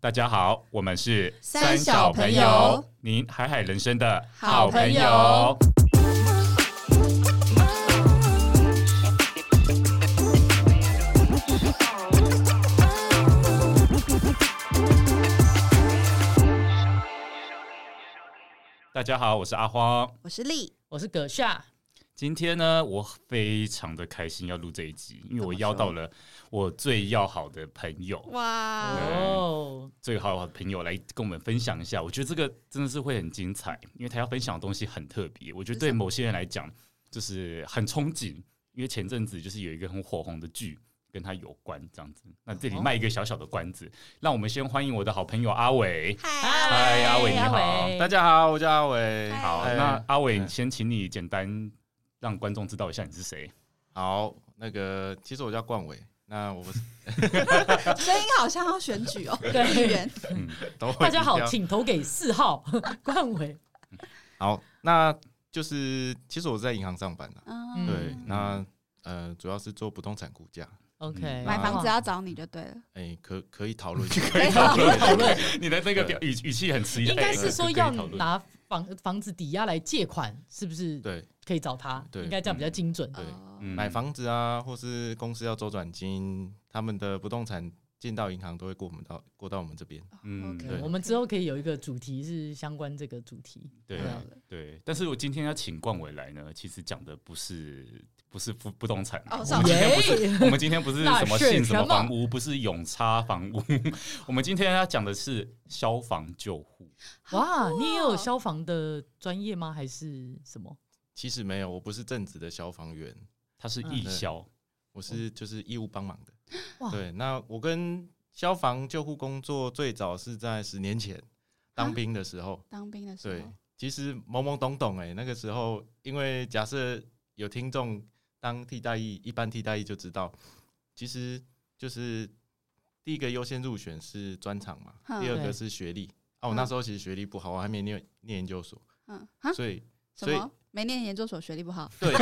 大家好，我们是三小朋友，您海海人生的好朋友好朋友大家好，我是阿荒。我是丽，我是葛夏，今天呢，我非常的开心要录这一集，因为我怎么邀说到了我最要好的朋友，哇哦，最好的朋友来跟我们分享一下。我觉得这个真的是会很精彩，因为他要分享的东西很特别。我觉得对某些人来讲，就是很憧憬，因为前阵子就是有一个很火红的剧跟他有关，这样子。那这里卖一个小小的关子，让我们先欢迎我的好朋友阿伟。嗨，嗨，嗨阿伟你阿好伟。大家好，我叫阿伟。嗨好，嗨那阿伟，先请你简单让观众知道一下你是谁。好，那个其实我叫冠伟，那我 声音好像要选 举哦，对议员，嗯，等会大家一好，定要请投给四号 冠伟。好，那就是其实我在银行上班的，嗯，对，那呃主要是做不动产估价，嗯 OK，买房子哦要找你就 对了，哦哎，可可以讨论， 可以讨论讨论， 你的那个表语语气很迟疑，应该是哎说可以要讨论拿房房子抵押来借款，是不是？ 对可以找他，对应该这样比较精准。对哦嗯买房子啊，或是公司要周转金，他们的不动产进到银行都会过我们到过到我们这边，嗯 OK 对我们之后可以有一个主题是相关这个主题，对对好对，但是我今天要请冠伟来呢，其实讲的不是不是不不动产，啊哦我是们今天不耶哎是我们今天不 是那什么是信什么什么房屋，不是永差房屋， 我们今天要讲的是消防救护。哇，酷哦你也有消防的专业吗？还是什么？其实没有，我不是正职的消防员，它是义消，我是就是义务帮忙的。哦哇对，那我跟消防救护工作最早是在十年前啊当兵的时候。当兵的时对候，，其实懵懵懂懂哎、那个时候因为假设有听众当替代役，一般替代役就知道，其实就是第一个优先入选是专长嘛，嗯第二对个是学历。啊，我嗯那时候其实学历不好，我还没念念研究所，嗯，啊，所以什所以么？没念研究所，学历不好， 嗯对你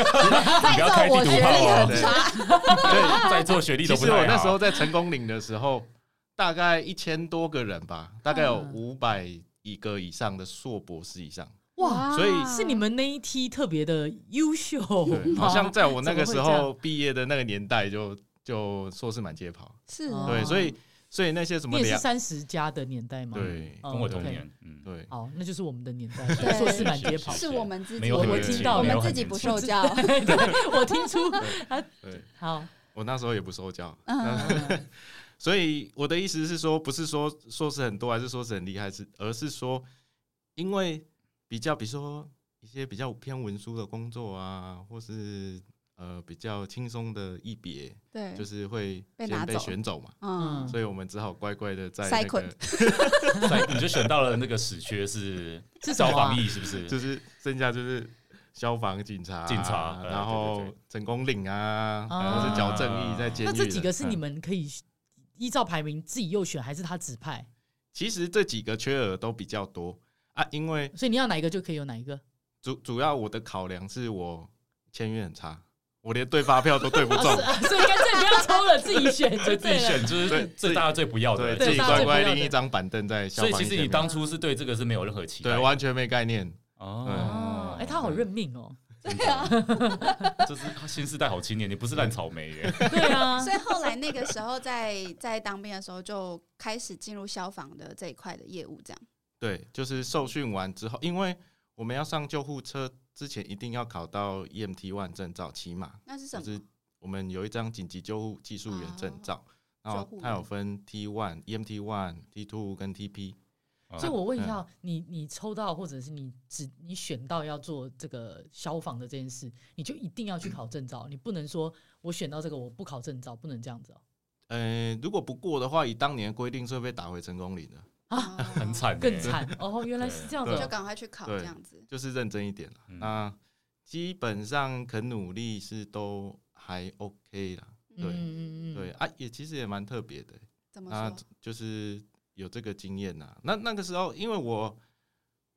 不要开再地者我图学历炮很哦，差， 对，在座学历都其不实太好。啊我那时候在成功岭的时候，大概一千多个人吧，嗯大概有五百一个以上的硕博士以上，哇，所以是你们那一梯特别的优秀对，吗，好像在我那个时怎么会这样候毕业的那个年代就，就硕士满街跑。是哦对，所以所以那些什你么也是两三十加的年代吗？对哦跟我同 OK 年，嗯，对好，那就是我们的年代，对硕士满街跑。是我们自没己，有我很我年轻听到我没有们很自己年不轻受教， 对对，我听出 对，好，我那时候也不受教。嗯，所以我的意思是说，不是说硕士很多还是硕士很厉害，是而是说，因为比较，比如说一些比较偏文书的工作啊，或是呃比较轻松的一别，对就，是会被拿先被走选走嘛。嗯嗯，所以我们只好乖乖的在塞那个捆，在你就选到了那个死缺是是什消么啊防役，是不是？就是剩下就是消防、警察、啊警察呃然对对后对成功岭啊，啊或是矫正义在监狱那的。这几个是你嗯们可以依照排名自己右选，还是他指派？其实这几个缺额都比较多啊，因为所以你要哪一个就可以有哪一个。主主要我的考量是我签约很差，我连对发票都对不啊 中，是啊所以干脆不要抽了，自己选就自就己对了。选，哦就是啊对最大家最不要的对，人。自己大家乖最不乖要的拎一张板凳在消所防以前其面。实你当初是对这个是没有任何期待对的。完全没概念，哦，哎，他好认命哦。对啊，就是新时代好青年，你不是烂草莓 耶。对 啊所，以后来那个时候在在当兵的时候就开始进入消防的这一块的业务，这样，对，就是受训完之后，因为我们要上救护车之前一定要考到 E EMT one 证照，起码那是什就么？是我们有一张紧急救护技术员证照，然救后护员它有分 T one、EMT one、T two 跟 TP。啊所以我问一下，你你抽到或者是你只你选到要做这个消防的这件事，你就一定要去考证照，你不能说我选到这个我不考证照，不能这样子哦。呃，如果不过的话，以当年的规定是会被打回成功岭的，啊，很，惨耶，更 惨哦，原来是这样子对就哦。赶快去考对这样子。就是认真一点了。嗯那基本上肯努力是都还 OK 啦，嗯对嗯嗯嗯对啊，也其实也蛮特别的、怎么那说？就是有这个经验呐。那那个时候，因为我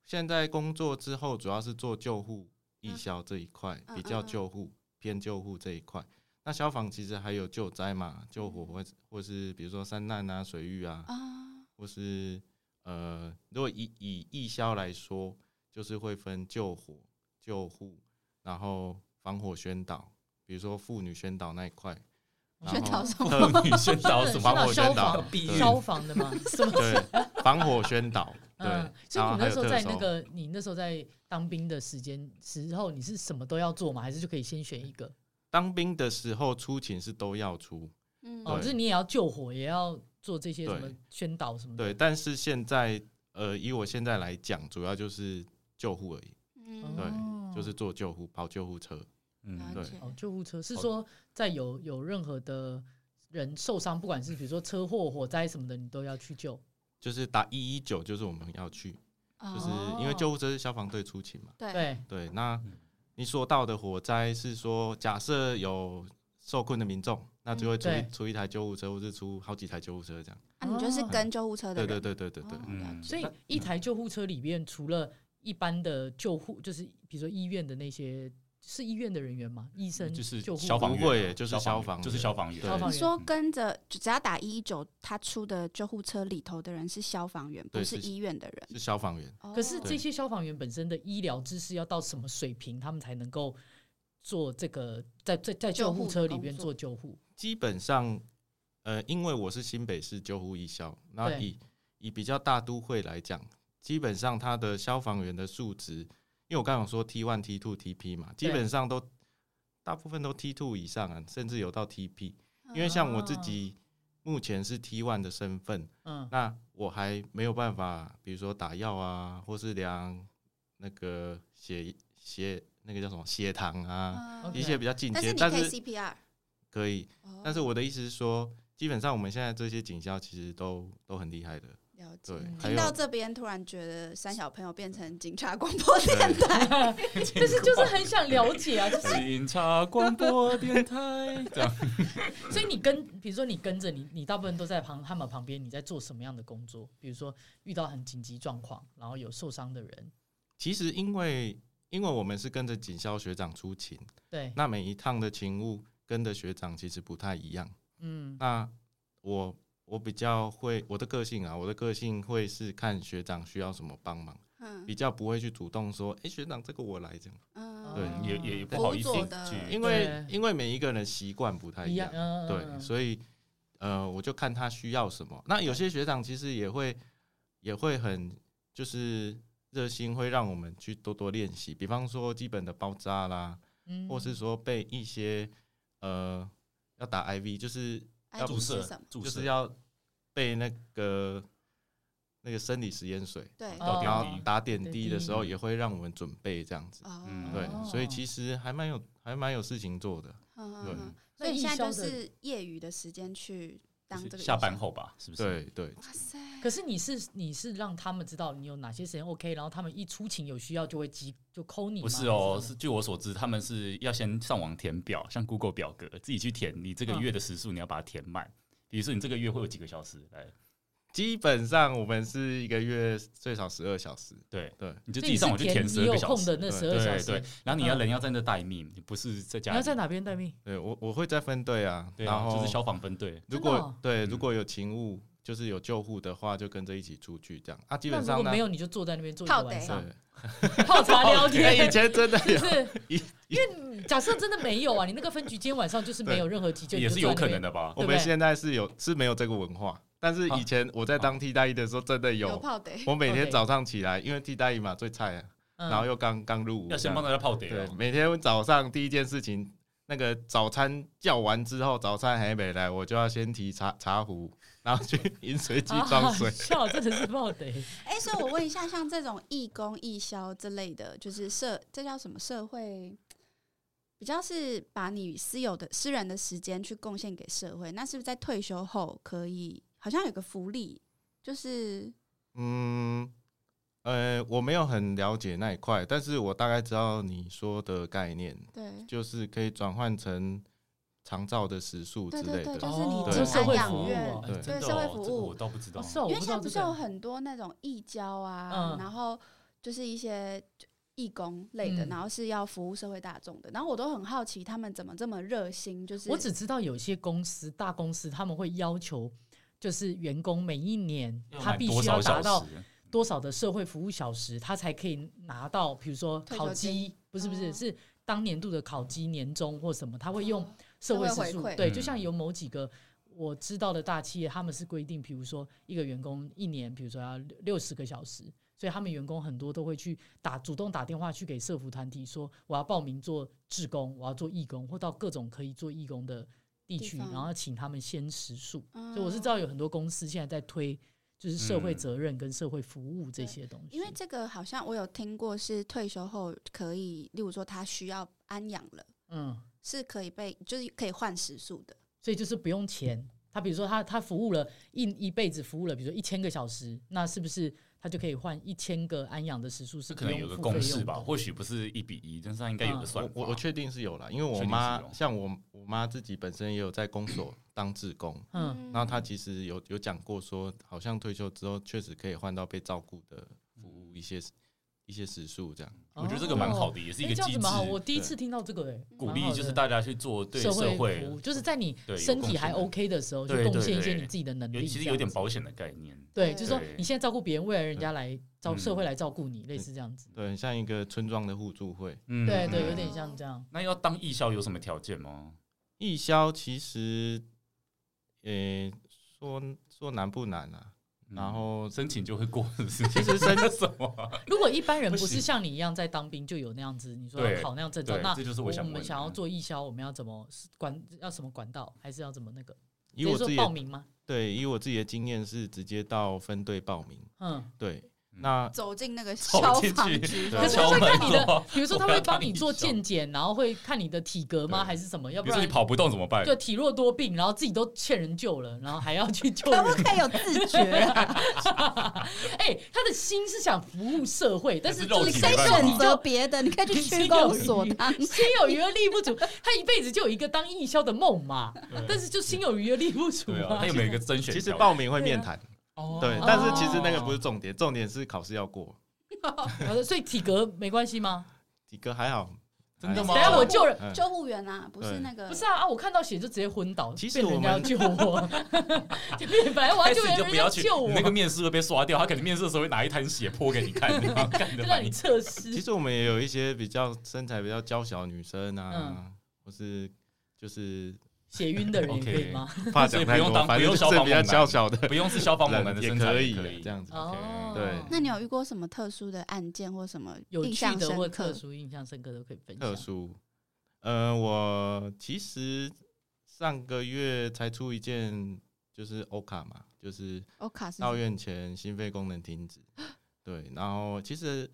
现在工作之后，主要是做救护、义消这一块，嗯比较嗯嗯救护、偏救护这一块。嗯那消防其实还有救灾嘛，救火或或是比如说山难啊、水域啊，啊，或是呃，如果以以义消来说，就是会分救火、救护，然后防火宣导，比如说妇女宣导那一块，然后宣导什么？特女宣导什是么？防火宣消导防，比对喻消防的 嘛，什么？对，防火宣导，对嗯，，所以然你后那还时有候在特那搜。个你那时候在当兵的时间时候，你是什么都要做吗？还是就可以先选一个？当兵的时候出勤是都要出，嗯，哦，对就是你也要救火，也要做这些什么对宣导什么的。对，但是现在呃，以我现在来讲，主要就是救护而已，嗯对哦就是做救护跑救护车，嗯，了对解。哦，救护车是说在有有任何的人受伤，不管是比如说车祸、火灾什么的，你都要去救。就是打一一九，就是我们要去，哦就是因为救护车是消防队出勤嘛。对对，对，那嗯你说到的火灾是说，假设有受困的民众，那就会出一嗯对出一台救护车，或是出好几台救护车这样。啊，你就是哦跟救护车的对人，对对对对对哦，嗯所以一台救护车里面除了一般的救护，就是比如说医院的那些是医院的人员嘛，医生、就是救护消防不员会啊就是消防就是员消防员，对消防你员嗯说跟着只要打一一九，他出的救护车里头的人是消防员，不对是是医院的人。是消防员。哦可是这对些消防员本身的医疗知识要到什么水平，他们才能够做这个在在在救救护护的车里工边作做救护？基本上，呃，因为我是新北市救护义消，那对以以比较大都会来讲，基本上它的消防员的数值，因为我刚刚有说 T one、T two、TP 嘛，基对本上都大部分都 T two 以上啊，甚至有到 TP。因为嗯像我自哦己目前是 T one 的身份，嗯，那 我还没有办法，比如说打药啊，或是量那个血血那个叫什么血糖啊，嗯 OK 一些比较进但是阶，你但可以是 CPR，可以。哦但是我的意思是说，基本上我们现在这些警校其实都都很厉害的，了解对。嗯。还听有到这边，突然觉得三小朋友变成警察广播电台，但是就是很想了解啊，就是警察广播电 台这样。所以你跟，比如说你跟着你，你大部分都在旁他们旁边，你在做什么样的工作？比如说遇到很紧急状况，然后有受伤的人，其实因为因为我们是跟着警校学长出勤，对，那每一趟的勤务跟的学长其实不太一样。嗯，那我我比较会我的个性啊，我的个性会是看学长需要什么帮忙，嗯比较不会去主动说，诶，学长这个我来这样，嗯，对对，也也也不辅好意思佐的去，因为对因为每一个人习惯不太一样，嗯对，所以呃，我就看他需要什么。那有些学长其实也会也会很就是热心，会让我们去多多练习，比方说基本的包扎啦，以或是说背一些呃要打 IV，就是哎注是射什么？注就是射要背那个那个生理食盐水，对，到哦点然后滴，打点滴的时候点滴也会让我们准备这样子。哦嗯对，所以哦其实还蛮有还蛮有事情做的。嗯嗯对嗯那所以你义现在就消的是业余的时间去当这就个是下义消班，后吧，是不是？对对，哇塞，可是你是你是让他们知道你有哪些时间 OK，然后他们一出勤有需要就会急就扣你吗，不是哦，还是什么据我所知，他们是要先上网填表，像 Google 表格自己去填，你这个嗯月的时速你要把它填满。比如说你这个月会有几个小时，来，基本上我们是一个月最少十二小时，对对你就自所己以你上是网去填填十二你个有小空时，的那十二小对时对，。然后你要嗯人要在那待命，你不是在你家要里，在哪边待命？对我我会在分队啊，对然啊，后就是消防分队，如真的果哦对嗯如果有勤务，就是有救护的话，就跟着一起出去这样啊。基那本如上果呢，没有，啊你就坐在那边坐一个泡晚得上，对，泡茶聊哎天以。前真的 就 有，是一因为假设真的没有啊，你那个分局今天晚上就是没有任何急救，也是有可能的。的吧？我对们不对现在是有是没有这个文化，但啊是以前我在当替代役的时候，真的有有。泡得，我每天 OK 早上起来，因为替代役嘛最菜啊，嗯然后又刚刚入伍这要样，先帮大家泡底对哦，，每天早上第一件事情，那个早餐叫完之后，早餐还没来，我就要先提茶茶壶，然后去饮水 机装水啊、。笑真的是爆得。哎，所以我问一下，像这种义工、义消之类的，就是社，这叫什么社会？比较是把你私有的私人的时间去贡献给社会，那是不是在退休后可以？好像有个福利，就是嗯，呃，我没有很了解那一块，但是我大概知道你说的概念，对就是可以转换成长照的时数之对类对的。对，就哦是你啊对进社安会养服务院哦，对哎真的社会哦服这个务我倒不知道哦，，是哦，因为我知现在道不这是有个。很多那种义交啊，嗯然后就是一些义工类的，嗯然后是要服务社会大众的，然后我都很好奇他们怎么这么热心，就是我只知道有些公司，大公司他们会要求就是员工每一年要他满必多须要少达小到时？多少的社会服务小时，他才可以拿到，比如说退考休金绩，不是不是、哦是当年度的考绩、年终或什么，他会用社社会哦会时回数。馈对，嗯就像有某几个我知道的大企业，他们是规定，比如说一个员工一年，比如说要六十个小时，所以他们员工很多都会去打主动打电话去给社服团体说，我要报名做志工，我要做义工，或到各种可以做义工的地地区，方然后请他们先时数。嗯所以我是知道有很多公司现在在推，就是社会嗯责任跟社会服务这些东西。嗯因为这个好像我有听过，是退休后可以，例如说他需要安养了，嗯，是可以被就是可以换时数的。所以就是不用钱。他比如说他他服务了一一辈子，服务了比如说一千个小时，那是不是他就可以换一千个安养的时数？是这不可能用有个付公费式用吧，的或许不是一比一，但是它应该有个嗯算我法。我我确定是有啦，因为我确定是妈有像我我妈自己本身也有在公所当志工，嗯，然后她其实有有讲过说，好像退休之后确实可以换到被照顾的服务一些一些时数这样。我觉得这个蛮好的，也是一哎，个这样机子制蛮好。，我第一次听到这个，哎，嗯鼓蛮好励的就是大家去做对社社会会服务，就是在你 对有身体贡还献的 OK 的时候，去对贡对献一些对你自己的能有力。其实这有样点子保险的概念。对，就是说对你现在照顾别人，未来人家来照嗯社会来照顾你，类似这样子。对，很像一个村庄的互助会。嗯对对，嗯有点像这样。那要当艺校有什么条件吗？义消其实，呃、说说难不难啊？嗯然后申请就会过，是不是？其实 申那什么？啊如果一般人不不是行像你一样在当兵，就有那样子，你说对要考那样证照，对那，这就是我想问们的。想要做义消，我们要怎么管？要什么管道？还是要怎么那个？以我直自接己说报的名吗？对，以我自己的经验是直接到分队报名。嗯，对，嗯那走进那个走消进防去局，对可是 敲会门看你的说，比如说他我会要当帮你义做消健检，然后会看你的体格吗？对还是什么？要比不如说然你跑不动怎么办？对体弱多病，然后自己都欠人救了，然后还要去救可不人。可以有自觉啊？哎，他的心是想服务社会，但是可是肉啊就你体是可以没办法选择别的，你可以去去公所 当。心有余而力不足， 他一辈子就有一个当义消的梦嘛，对但是就心有余而力不足对啊，啊它。有没有一个甄选条件？其实报名会面谈，哦对，但是其实那个不是重点，重点是考试要过。好呃的所以体格没关系吗？体格还好，真的吗等一下啊我救人，嗯救护员啊，不是对那个，不是啊啊！我看到血就直接昏倒，其实被人家我们救我， 就变本来我要开救始你人，就人不家要去救，我，你那个面试会被刷掉。他可能面试的时候会拿一滩血泼给你看，你知道吗干的就让你蛮测其试。实我们也有一些比较身材比较娇小的女生啊嗯，或是就是血晕的人也可以吗？怕所讲以太不用多，当反不正用就消防是比较猛男娇小的不用是消防猛男的也身材可也以可的以这样子。哦，对那你有遇过什么特殊的案件或什么有印趣象的或深特刻？殊、印象深刻都可以分特享。殊，呃，我其实上个月才出一件，就是欧卡嘛，就是欧？Oh，卡是什到么院前心肺功 能停止，对，然后其实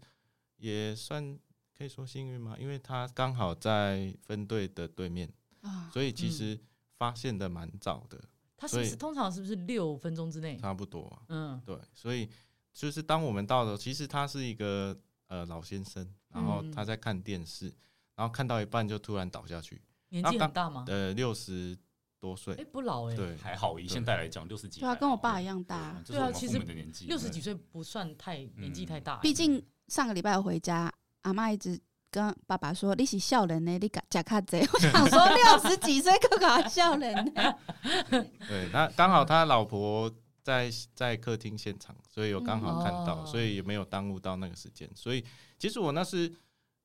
也算可以说幸运吗？因为他刚好在分队的对面，啊，所以其嗯实发现的蛮早的，他是不是所以通常是不是六分钟之内？差不多啊、嗯，对，所以就是当我们到的，其实他是一个呃老先生，然后嗯他在看电视，然后看到一半就突然倒下去，年啊纪很刚大吗？呃，六十多岁哎，，不老哎，对，还好，以现在来讲六十几，对啊，跟我爸一样大啊。就是我们父母的年纪，六十几岁不算太嗯年纪太大。毕竟上个礼拜我回家，阿妈一直跟爸爸说：“你是笑人呢，你假假卡贼。” 我想 说六十几岁可搞笑人呢，对他刚好他老婆在在客厅现场，所以有刚好看到，嗯哦所以也没有耽误到那个时间。所以其实我那是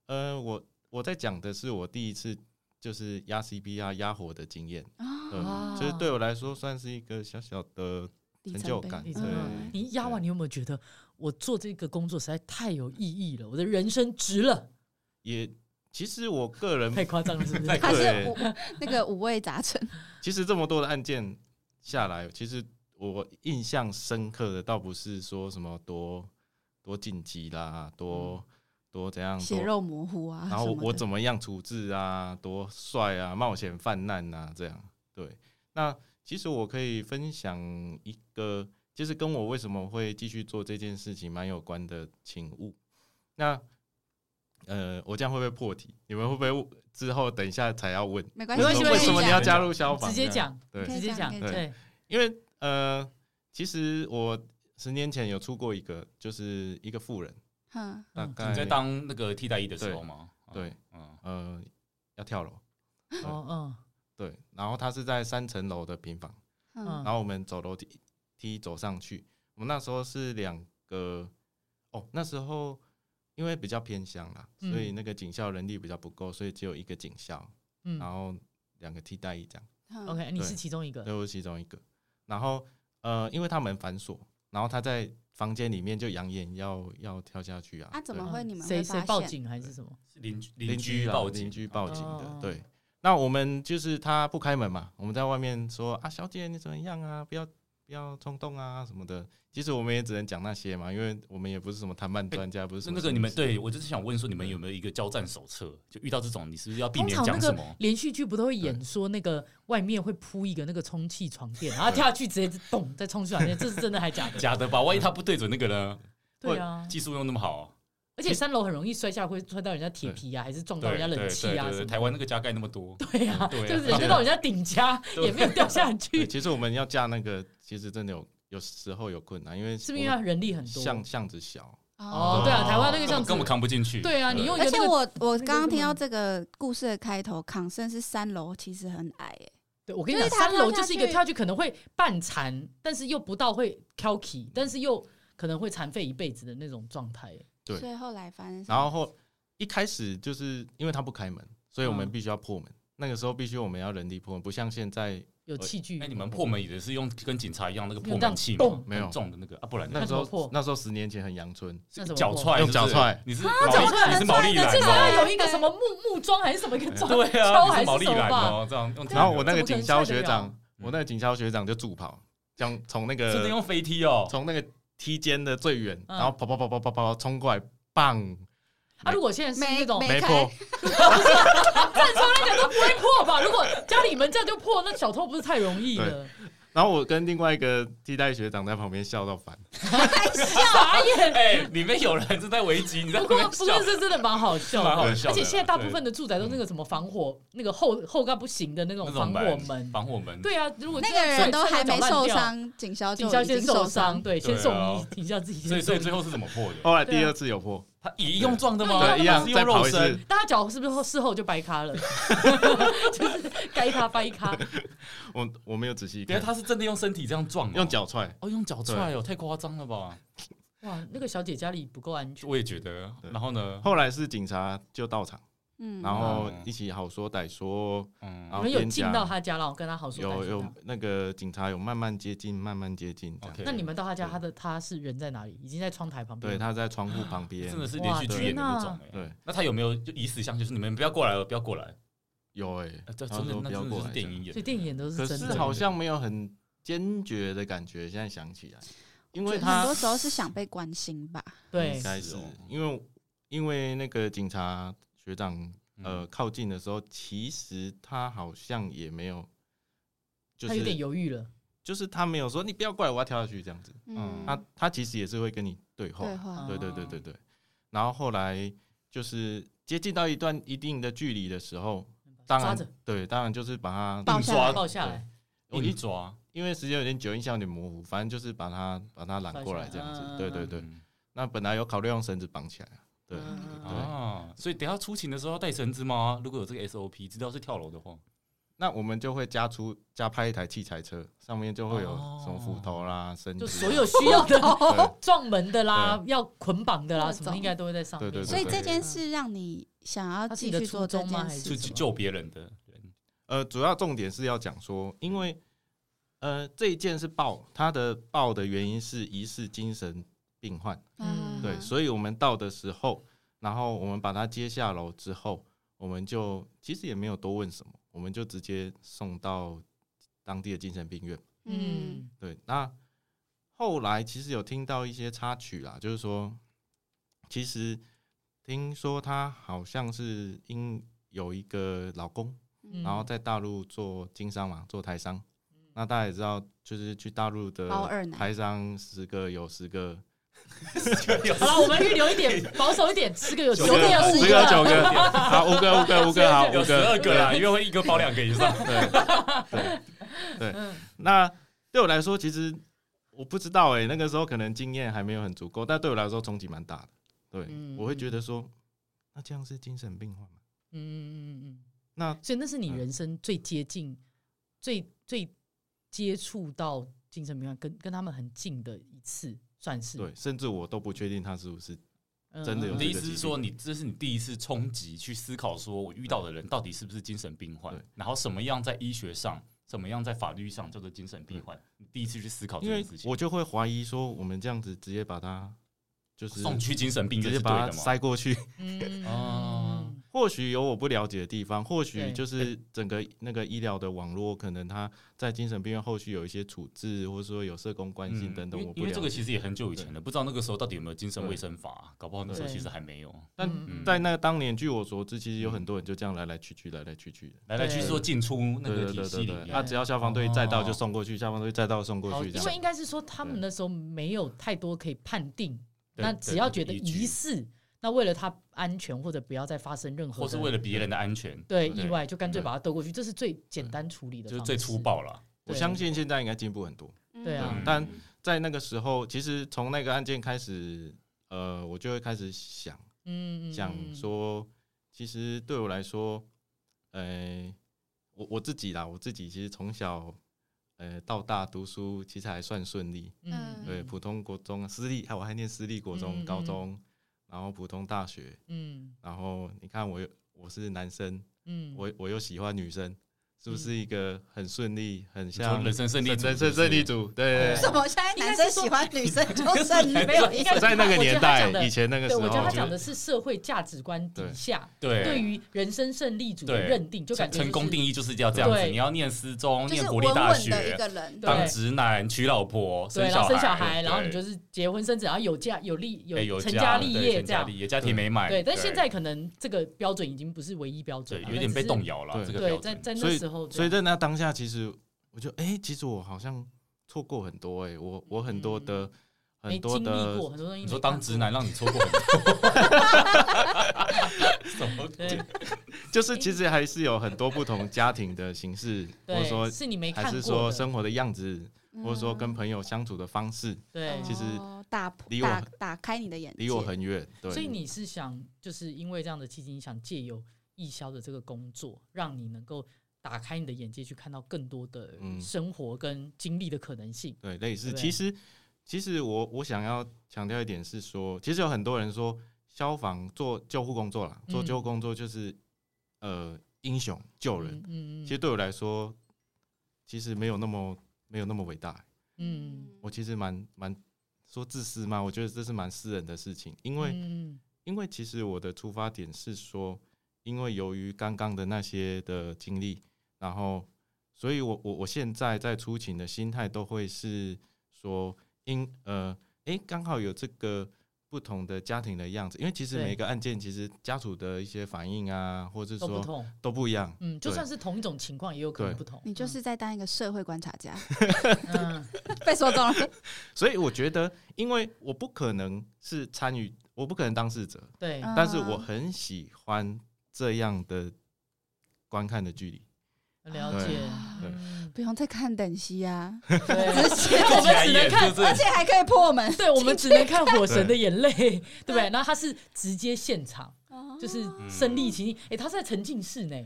呃，我我在讲的是我第一次就是压 CPR 压火的经验， 对，哇所以对我来说算是一个小小的哦里成程就碑感你对知道吗嗯你压完，你有没有觉得我做这个工作实在太有意义了？我的人生值了， 也。其实我个人太夸张了，是不是？还是对五那个五味杂陈，其实这么多的案件下来，其实我印象深刻的倒不是说什么多多晋级啦，多、多怎样，血多肉模糊啊。然后我我怎么么样处置啊，多帅啊，冒险犯难啊，这样对。那其实我可以分享一个，就是跟我为什么会继续做这件事情蛮有关的请勿。那呃，我这样会不会破题？你们会不会之后等一下才要问？没关没关系系，为什没么你关要系加入消防？直接这样讲，对直接讲，可以这对，因为呃，其实我十年前有出过一个，就是一个富人，嗯，大嗯概、你在当那个替代役的时候吗？对，嗯，呃要跳楼，哦，对，然后他是在三层楼的平房，嗯嗯然后我们走楼梯，梯走上去。我们那时候是两个，哦，那时候因为比较偏乡啦，嗯所以那个警校人力比较不够，所以只有一个警校，嗯然后两个替代役这样，嗯，OK，你是对其中一个，对我是其中一个。然后呃，因为他们反锁，然后他在房间里面就扬言要要跳下去啊。啊怎对么会你们谁会谁发报现警还是什么？邻居邻居啦报警，邻居报警哦的，对。那我们就是他不开门嘛，我们在外面说啊，小姐你怎么样啊？不要不要冲动啊什么的。其实我们也只能讲那些嘛，因为我们也不是什么谈判专家，不是是什么哎那个你们心理对我就是想问说，你们有没有一个交战手册？就遇到这种，你是不是要避通免常那讲什个么？连续剧不都会演说那个外面会铺一个那个充气床垫，然后跳下去直接咚再冲去床垫，这是真的 还 假的？假的吧？万一他不对准那个呢？对啊，技术又那么好，而且三楼很容易摔下，会摔到人家铁皮啊，还是撞到对人家对冷对气啊对什对，么台的。湾那个加盖那么多，对啊，对啊就是人家到人家顶家对也没有掉下去对，其实我们要架那个，其实真的有有时候有困难，因为是不是因为他人力很多？巷巷子小，哦对啊台湾那个根巷本子根本扛不进去。对啊，你用一而个且那个，我我个刚刚干听嘛到这个故事的开头，康森是三楼，其实很矮诶。对我跟你讲，就是他三楼跳下就是一个去跳下去可能会半残，但是又不到会挑起，但是又可能会残废一辈子的那种状态。对所以后来发生什么，然后后一开始就是因为他不开门，所以我们嗯必须要破门。那个时候必须我们要人力破门，不像现在有器具哎，，你们破门也是用跟警察一样那个破用这样门器吗？咚没有很重的那个啊，不然呢那个时那怎么破候，那时候十年前很阳春，那怎么脚破啊踹是不是，用脚踹你是脚毛踹利，你是毛利至兰少哦，要有一个什么木木桩还是什么一个桩，对 敲啊，你还是毛是利手兰吧？哦，这样用。然后我那个怎么可能警校踹得学长了，嗯我那个警校学长就助跑，将从那真的个用飞踢哦，从那个梯间的最远，嗯然后跑跑跑跑跑跑冲过来，棒，啊，如果现在是那种没没开破，正常来讲都不会破吧？如果家里门这样就破，那小偷不是太容易了？然后我跟另外一个替代学长在旁边笑到烦，哎傻眼。哎，里面有人正在围击，你在旁不过边不笑过，这真的蛮好笑蛮好的，笑的而且现在大部对分的住宅都那个什么防火，那个后后盖不行的那种那防种火门，门。防火嗯门，对啊，如果那真个的人都摔还没摔到受烂掉，伤，警校就警校已经先受受伤，，对，先对啊送医，警校自己所以先所送以最医。后是怎么破的？后来对啊哦第二次有破，他以一用撞的吗？对他哦对，一样是再用肉跑一次身，，大家脚是不是事后就掰咖了？ 就是该咖掰咖，我我没有仔细等下看，他是真的用身体这样撞哦，用脚踹，哦，用脚踹哦，太夸张了吧？哇，那个小姐家里不够安全。我也觉得。对然后呢？后来是警察就到场，嗯，然后嗯一起好说歹说，嗯，好你们有边进讲到他家了，我跟他好说歹有说有他那个警察有慢慢接近，慢慢接近这样 OK 那你们到他家，他的他是人在哪里？已经在窗台旁边。对，他在窗户旁边真，的是连续剧演的那种哎。对，那他有没有就以死相许，就是你们不要过来了，不要过来？有哎呃，这他真的说那不要真的过就是来，电影演所的，以电影演都是可真是的。好像没有很坚决的感觉，现在想起来，因为就他很多时候是想被关心吧。对应，该是是哦因为因为那个警察学长呃嗯，靠近的时候，其实他好像也没有，就他有点是犹豫了。就是他没有说你不要过来，我要跳下去这样子，嗯嗯，他他其实也是会跟你对话，对哦话，对对对对对，然后后来就是接近到一段一定的距离的时候，当抓然着对，当然就是把他抱硬下来抓，抱下来，我硬一抓因为时间有点久，印象有点模糊，反正就是把他把他揽过来这样子抓起来。对对对，嗯那本来有考虑用绳子绑起来啊，对嗯对。啊，所以等一下出勤的时候要带绳子吗？如果有这个 SOP，知道是跳楼的话，那我们就会加出加派一台器材车，上面就会有哦什么斧头啦、绳嗯子就啊，所有需要的对撞门的啦，要捆绑的啦，各什么种应该都会在上面。对对对所以这对件事让你想要他是继你的续初做这衷吗件还是去事什去么救别人的 人， 呃，主要重点是要讲说，因为呃这一件是爆，它的爆的原因是疑似精神病患。嗯，对，所以我们到的时候，然后我们把他接下楼之后，我们就其实也没有多问什么，我们就直接送到当地的精神病院。嗯，嗯，对，那后来其实有听到一些插曲啦，就是说，其实听说她好像是因有一个老公，嗯然后在大陆做经商嘛，做台商。那大家也知道，就是去大陆的包嗯二奶台商十个有十个 好了，我们预留一点，保守一点，十个有九九个个有十十十个个，啊九个，好五个五个五个好 有五十二个，个啦，因为会一个保两个以 上。对对对。嗯，那对我来说，其实我不知道哎、那个时候可能经验还没有很足够，但对我来说冲击蛮大的。对，嗯我会觉得说，那这样是精神病患吗？嗯嗯嗯嗯，那所以那是你人生最接近、最最接触到精神病患跟跟他们很近的一次，算是对，甚至我都不确定他是不是嗯真的有你的这意个思是疾说，病你这是你第一次冲击去思考，说我遇到的人到底是不是精神病患对，然后什么样在医学上，什么样在法律上叫做精神病患？你第一次去思考这因为件事情，我就会怀疑说，我们这样子直接把他就是送去精神病直院接是对把的他吗？塞过去， 嗯哦或许有我不了解的地方，或许对就是整个那个医疗的网络，可能他在精神病院后续有一些处置，或者说有社工关心嗯等等，因我为不因为了这个解。其实也很久以前了，不知道那个时候到底有没有精神对卫生法啊、搞不好那时候对其实还没有。但嗯在那个当年，据我所知，其实有很多人就这样来来去去，来来去去的。来来去去说进出那对个对体对系对里对，面，啊，只要消防队再到哦就送过去，消防队再到送过哦，去，因这样为应该是说他们那时候没有太多可以判定，对那对只要觉得有依据疑似，那为了他安全或者不要再发生任何或的，是为了别人的安全，对对意外，就干脆对把它兜过去，这是最简单处理的，就是最粗。暴了。我对相信现在应该进步很多。对啊嗯 但在那个时候，其实从那个案件开始，呃，我就会开始想嗯，嗯想，说，其实对我来说，呃，我我自己啦，我自己其实从小呃到大读书其实还算顺利，嗯对，普通国中、私立，还我还念私立国中、嗯高嗯中，然后普通大学，嗯然后你看我又我是男生，嗯，我我又喜欢女生，是不是一个很顺利，很你说像人生胜利组，人生胜利组？对对对为什么现在男生喜欢女生就剩 应该是说没没有有一应个该？在那个我觉得年他代讲，的以前那个时对，候，我觉得他讲就的是社会价值观底下对对于人生胜利组的对认定，就感成觉就是成功定义就是要这样子，对你要念私中，就念是国稳立大稳的一学，个人，对当直男、娶老婆、对，然小后生小孩，对然后你就是结婚生子，然后有家有立哎有成家家了立对业成这家样立。业家庭美满，对，但对现在可能这个标准已经不是唯一标准对了，有点被但只是动摇了对这个标对，准。在在所那以时候，所以在那当下，其实我就哎、其实我好像错过很多哎、我我很多的、嗯没很多经历的过很多东西。你说当直，男让你错过很多， 什么鬼？对就是其实还是有很多不同家庭的形式，或者对，说是你没还看是过说的，生活的样子，嗯或者说跟朋友相处的方式，对哦。其实打离我打打开你的眼界，离我很远。对，所以你是想，就是因为这样的契机，你想借由义消的这个工作，让你能够打开你的眼界，去看到更多的嗯生活跟经历的可能性。对类似，对其实其实我我想要强调一点是说，其实有很多人说消防做救护工作啦，做嗯救护工作就是、呃英雄救人。嗯其实对我来说，其实没有那么没有那么伟大。嗯，我其实蛮蛮说自私嘛，我觉得这是蛮私人的事情，因为、嗯因为其实我的出发点是说，因为由于刚刚的那些的经历，然后，所以我我我现在在出勤的心态都会是说，因呃，诶，刚好有这个不同的家庭的样子，因为其实对每个案件其实家属的一些反应啊，或者是都不说同。都不一样，嗯，就对算是同一种情况，也有可能不同。你就是在当一个社会观察 家， 嗯，被说中了。所以我觉得，因为我不可能是参与，我不可能当事者，对，嗯但是我啊很喜欢这样的观看的距离。了解对。对嗯 不用再看等息啊，对，直接我们只能看就是而且还可以破门，对，我们只能看《火神的眼泪》，对不嗯对？然后他是直接现场，哦 就是哦身临其境。哎、他是在沉浸式呢，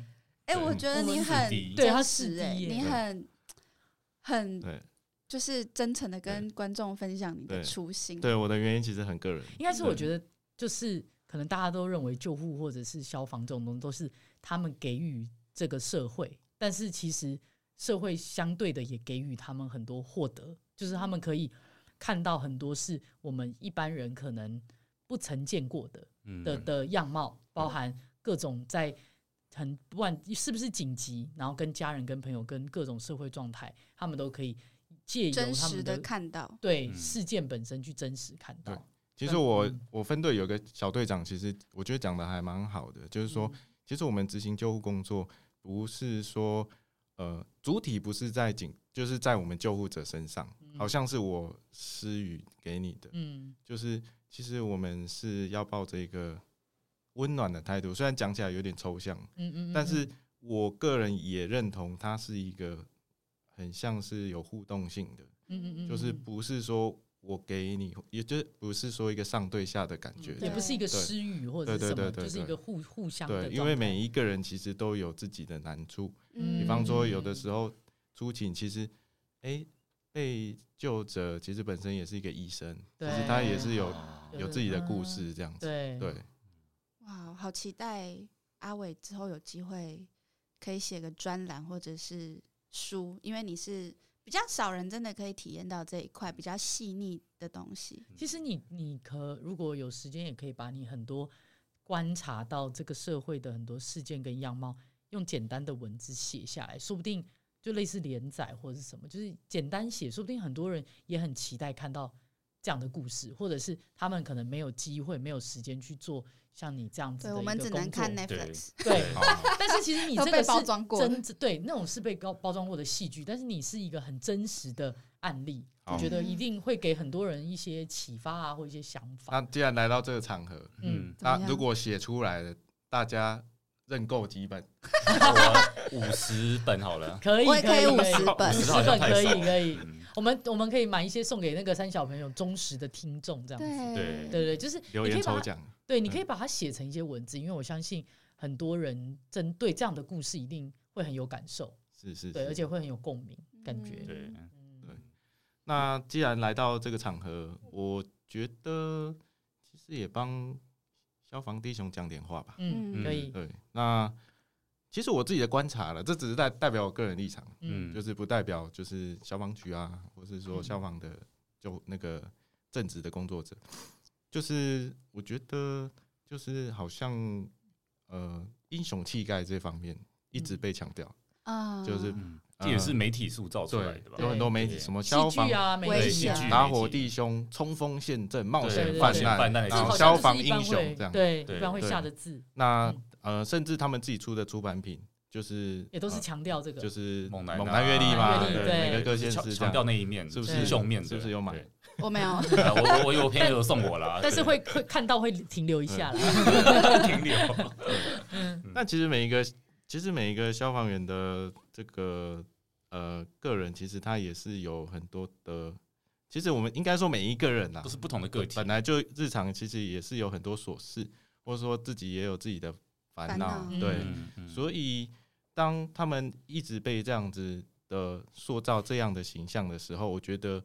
哎、我觉得你很对对他是是哎，第一你很很对就是真诚的跟观众分享你的对初嗯心，对，我的原因其实很个人。应该是对我觉得就是可能大家都认为救护或者是消防这种东西都是他们给予这个社会，但是其实社会相对的也给予他们很多获得，就是他们可以看到很多是我们一般人可能不曾见过的。嗯的的样貌，包含各种在很不管是不是紧急，然后跟家人、跟朋友、跟各种社会状态，他们都可以借由真他实们的的看到，对嗯事件本身去真实看到对。其实我嗯我分队有个小队长，其实我觉得讲的还蛮好的，就是说，嗯其实我们执行救护工作不是说，呃，主体不是在警，就是在我们救护者身上，好像是我施予给你的，嗯，就是其实我们是要抱着一个温暖的态度，虽然讲起来有点抽象，嗯嗯嗯，但是我个人也认同它是一个很像是有互动性的，嗯嗯嗯，就是不是说我给你，也就是不是说一个上对下的感觉嗯这也样。不是一个私语或者是对什对么，对对就是一对个互互相的对，状态。因为每一个人其实都有自己的难处，嗯比方说有嗯的时候出勤其实，哎、被救者其实本身也是一个医生，对就是他也是有哦有有自己的故事这样子。嗯对对，哇，好期待阿伟之后有机会可以写个专栏或者是书，因为你是比较少人真的可以体验到这一块比较细腻的东西。其实你你可如果有时间，也可以把你很多观察到这个社会的很多事件跟样貌，用简单的文字写下来，说不定就类似连载或者是什么，就是简单写，说不定很多人也很期待看到这样的故事，或者是他们可能没有机会、没有时间去做像你这样对，子的我一们个只工能看作 Netflix。 对，但是其实你这都个被是包装过真对那种是被高包装过的戏剧，但是你是一个很真实的案例，我好觉得一定会给很多人一些启发啊，或一些想那法。既然来到这个场合，嗯嗯，怎么那样如果写出来的，大家认购几本？五十本好了，可以，我也可以，以可以50本十50好像本太可以，少了可以。嗯我们我们可以买一些送给那个三小朋友忠实的听众，这样子。对对对，就是留你可言以把抽它奖，嗯对，你可以把它写成一些文字，因为我相信很多人针对这样的故事一定会很有感受，是是对，而是。且会很有共鸣，感觉。对，嗯对那既然来到这个场合，我觉得其实也帮消防弟兄讲点话吧。嗯，嗯可以，对，那其实我自己的观察了，这只是代代表我个人立场，嗯，嗯就是不代表就是消防局啊，或是说嗯消防的就那个正职的工作者，就是我觉得就是好像呃英雄气概这方面一嗯直被强调，啊，就是嗯，这也是媒体塑造出来对的吧？有很多媒体对什么消戏防剧啊，危媒体险啊戏剧打火弟兄、冲锋陷阵、冒对险对犯对犯难难，的然这后种消好像防就是一英般雄会这样。对，对一般会对下的字那嗯呃，甚至他们自己出的出版品，就是也都是呃强调这个，就是猛男猛男阅历嘛，猛男阅历啊对每个各县强市这强调样。那一面，是不是英雄面的？是不是有买对？我没 有， 啊我我我有朋友有送我啦，但是会会看到会停留一下啦。对停留。 嗯那其实每一个，其实每一个消防员的这个呃个人，其实他也是有很多的。其实我们应该说每一个人啦啊都，是不同的个 体本。来就日常其实也是有很多琐事，或者说自己也有自己的烦烦恼恼，对。嗯，嗯所以，当他们一直被这样子的塑造这样的形象的时候，我觉得，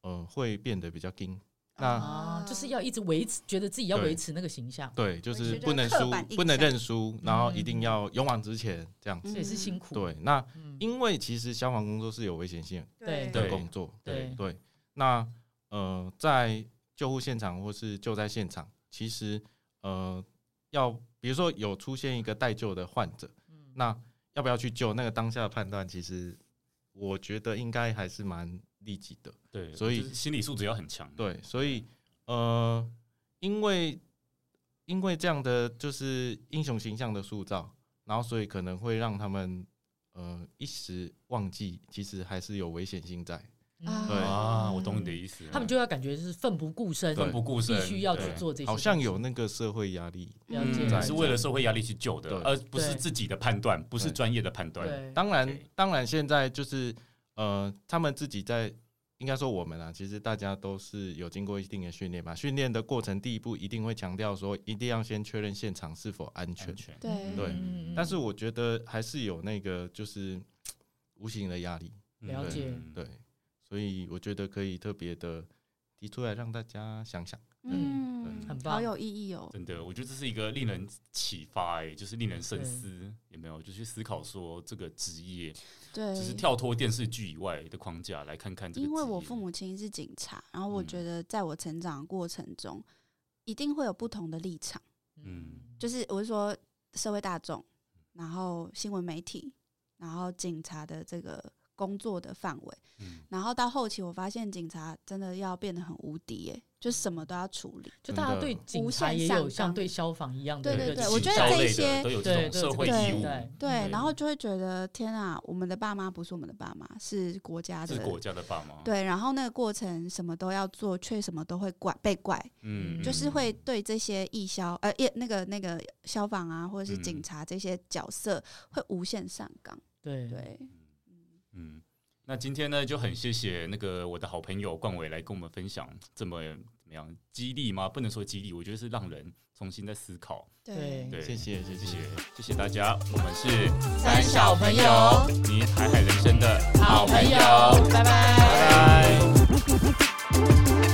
呃，会变得比较硬。哦那啊，就是要一直维持，觉得自己要对维持那个形象，对，就我是觉得不能刻输板印，不能象认输，然后一嗯定要勇往直前，这样子。这也是辛苦。对，那嗯，因为其实消防工作是有危险性对的对工作，对对对，那呃，在救护现场或是救灾现场，其实呃，要比如说有出现一个待救的患者，那要不要去救？那个当下的判断，其实我觉得应该还是蛮立即的。对，所以就是心理素质要很强。对，所以呃，因为因为这样的就是英雄形象的塑造，然后所以可能会让他们呃一时忘记，其实还是有危险性在。嗯对啊，我懂你的意思。他们就要感觉是奋不顾身，奋不顾身，必须要去对做这些东西。好像有那个社会压力。了嗯解，在是为了社会压力去救的对，而不是对自己的判断，不是对专业的判断。对，当然对，当然，现在就是呃，他们自己在，应该说我们啊，其实大家都是有经过一定的训练嘛。训练的过程，第一步一定会强调说，一定要先确认现场是否安全。安全。对对嗯但是我觉得还是有那个就是嘖无形的压力，嗯了解嗯对，所以我觉得可以特别的提出来让大家想想。嗯，很棒好有意义哦。真的，我觉得这是一个令人启发、欸，就是令人深思，有没有？就去思考说这个职业，对，就是跳脱电视剧以外的框架来看看这个职业。嗯因为我父母亲是警察，然后我嗯觉得在我成长的过程中，一定会有不同的立场。嗯就是我是说社会大众，然后新闻媒体，然后警察的这个工作的范围，嗯，然后到后期我发现警察真的要变得很无敌耶、就什么都要处理。就大家对警察也有像对消防一样的一对个对期我觉得教待这类一的些嗯都有对这对种社会对义务，对对，对然后就会觉得天啊，我们的爸妈不是我们的爸妈，是国家是的。国家的爸妈。，对，然后那个过程什么都要做，却什么都会怪被怪，嗯就是会对这些义消呃，也那个那个消防啊，或者是警嗯察这些角色会无限上纲。对，对，嗯，那今天呢，就很谢谢那个我的好朋友冠伟来跟我们分享这么怎么样激励吗？不能说激励，我觉得是让人重新在思考。嗯对对，谢谢谢谢谢谢。谢谢大家，我们是三小朋友，你台海人生的好朋友，拜拜拜拜。